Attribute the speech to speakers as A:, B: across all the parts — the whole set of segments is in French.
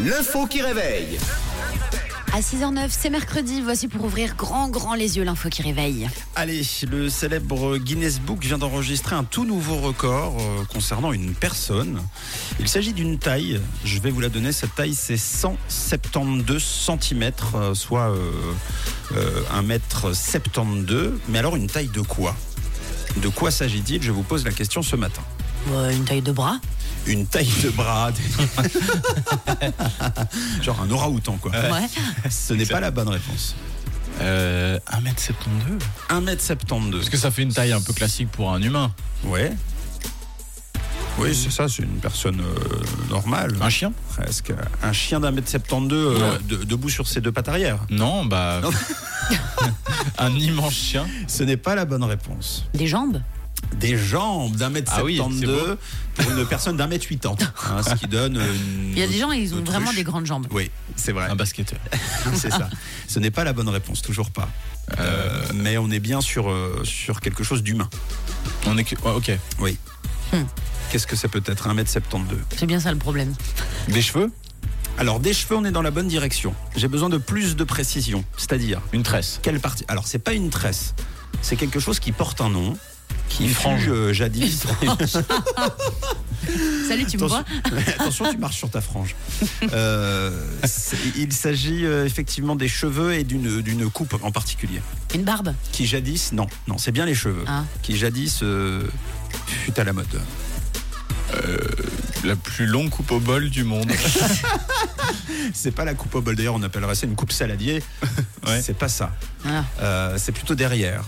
A: L'info qui réveille.
B: À 6h09, c'est mercredi. Voici pour ouvrir grand, grand les yeux l'info qui réveille.
C: Allez, le célèbre Guinness Book vient d'enregistrer un tout nouveau record euh, concernant une personne. Il s'agit d'une taille, je vais vous la donner, cette taille c'est 172 cm, soit euh, euh, 1m72. Mais alors une taille de quoi De quoi s'agit-il Je vous pose la question ce matin.
B: une taille de bras
C: Une taille de bras, des- genre un orang-outan quoi.
B: Ouais.
C: Ce n'est pas la bonne réponse.
D: Euh, 1m72
C: 1m72.
D: Parce que ça fait une taille un peu classique pour un humain.
C: Ouais. Oui, c'est ça, c'est une personne euh, normale.
D: Un chien
C: Presque. Un chien d'un mètre 72 euh,
D: Ouais.
C: de- debout sur ses deux pattes arrière.
D: Non, bah. un immense chien.
C: Ce n'est pas la bonne réponse.
B: Des jambes
C: Des jambes d'un mètre
D: Ah oui,
C: 72 pour une personne d'un mètre 80. hein, ce qui donne. euh, Une,
B: Il y a des gens, ils ont
C: autruche.
B: vraiment des grandes jambes.
C: Oui, c'est vrai.
D: Un basketteur.
C: c'est ça. Ce n'est pas la bonne réponse, toujours pas. Euh, mais on est bien sur, euh, sur quelque chose d'humain.
D: On est que. ouais, ok.
C: Oui.
B: Hmm.
C: Qu'est-ce que ça peut être, 1m72
B: C'est bien ça le problème.
D: Des cheveux
C: Alors, des cheveux, on est dans la bonne direction. J'ai besoin de plus de précision. C'est-à-dire,
D: Une tresse.
C: quelle partie Alors, c'est pas une tresse. C'est quelque chose qui porte un nom, qui
D: Une
C: fut,
D: frange.
C: euh, jadis.
B: Salut, tu me vois
C: Attention, attention, tu marches sur ta frange. Euh, c'est- il s'agit euh, effectivement des cheveux et d'une d'une coupe en particulier.
B: Une barbe
C: Qui jadis, non, non, c'est bien les cheveux.
B: Ah.
C: Qui jadis euh, fut à la mode.
D: La plus longue coupe au bol du monde. Ah,
C: C'est pas la coupe au bol. D'ailleurs, on appellerait ça une coupe saladier.
D: Ouais.
C: C'est pas ça.
B: Ah.
C: Euh, c'est plutôt derrière.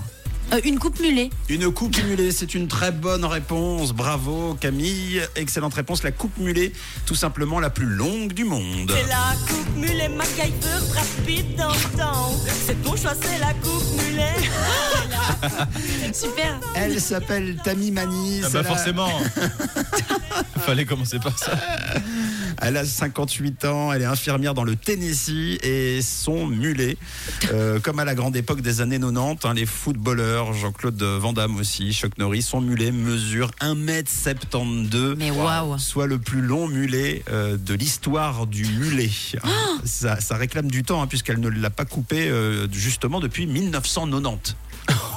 B: Euh, Une coupe mulet
C: Une coupe mulée, c'est une très bonne réponse. Bravo Camille, excellente réponse. La coupe mulée, tout simplement la plus longue du monde.
E: C'est la coupe mulet, MacGyver, Brad Pitt dans le temps. C'est ton choix, c'est la coupe mulet.
B: Super
C: Elle s'appelle Tammy Mani.
D: Ah
C: c'est
D: bah
C: la-
D: forcément. Fallait commencer par ça.
C: Elle a 58 ans, elle est infirmière dans le Tennessee et son mulet, euh, comme à la grande époque des années 90, hein, les footballeurs, Jean-Claude Van Damme aussi, Chuck Norris, son mulet mesure 1m72.
B: Mais waouh
C: soit le plus long mulet euh, de l'histoire du mulet. hein. ça, ça réclame du temps, hein, puisqu'elle ne l'a pas coupé euh, justement depuis 1990.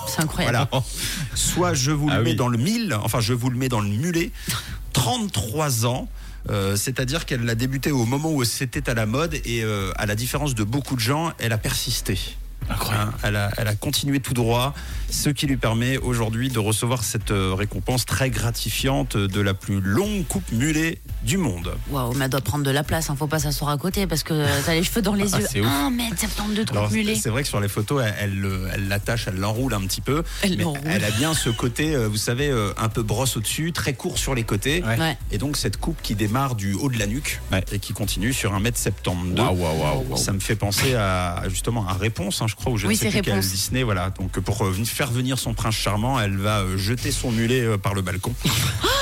B: C'est incroyable.
C: Voilà. Soit je vous le
D: Ah
C: mets
D: oui.
C: dans le mille, enfin je vous le mets dans le mulet, 33 ans. euh, C'est-à-dire qu'elle l'a débuté au moment où c'était à la mode et euh, à la différence de beaucoup de gens, elle a persisté.
D: Incroyable.
C: Hein, elle, a, elle a continué tout droit, ce qui lui permet aujourd'hui de recevoir cette euh, récompense très gratifiante de la plus longue coupe mulet du monde.
B: Waouh, mais elle doit prendre de la place, hein. faut pas s'asseoir à côté parce que euh, t'as les cheveux dans les
D: Ah,
B: yeux.
D: c'est ouf.
B: 1m72 de
C: Alors,
B: coupe mulet.
C: c'est vrai que sur les photos, elle- elle le- elle l'attache, elle l'enroule un petit peu.
B: Elle
C: mais
B: l'enroule.
C: elle a bien ce côté, euh, vous savez, euh, un peu brosse au-dessus, très court sur les côtés.
D: Ouais.
B: Ouais.
C: Et donc cette coupe qui démarre du haut de la nuque
D: Ouais.
C: et qui continue sur 1m72.
D: Waouh, waouh, waouh, waouh.
C: Ça me fait penser à à, justement à Réponse, hein, je crois, ou je
B: Oui,
C: ne sais
B: c'est
C: plus quel
B: Réponse.
C: Disney. Voilà. Donc pour euh, venir- faire venir son prince charmant, elle va euh, jeter son mulet euh, par le balcon.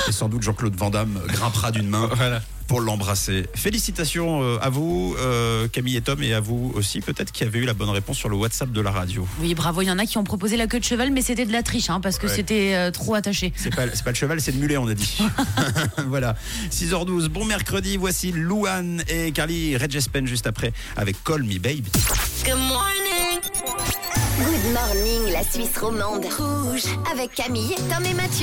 C: et sans doute Jean-Claude Van Damme grimpera d'une main
D: Voilà.
C: pour l'embrasser. Félicitations euh, à vous, euh, Camille et Tom, et à vous aussi, peut-être qui avez eu la bonne réponse sur le WhatsApp de la radio.
B: Oui, bravo, il y en a qui ont proposé la queue de cheval, mais c'était de la triche, hein, parce que
C: Ouais.
B: c'était euh, trop attaché.
C: C'est pas, c'est pas le cheval, c'est le mulet, on a dit. voilà. 6h12, bon mercredi, voici Louane et Carly Regespen juste après avec Call Me Babe.
E: Good morning.
F: Good morning, la Suisse romande. Rouge. Avec Camille, Tom et Mathieu.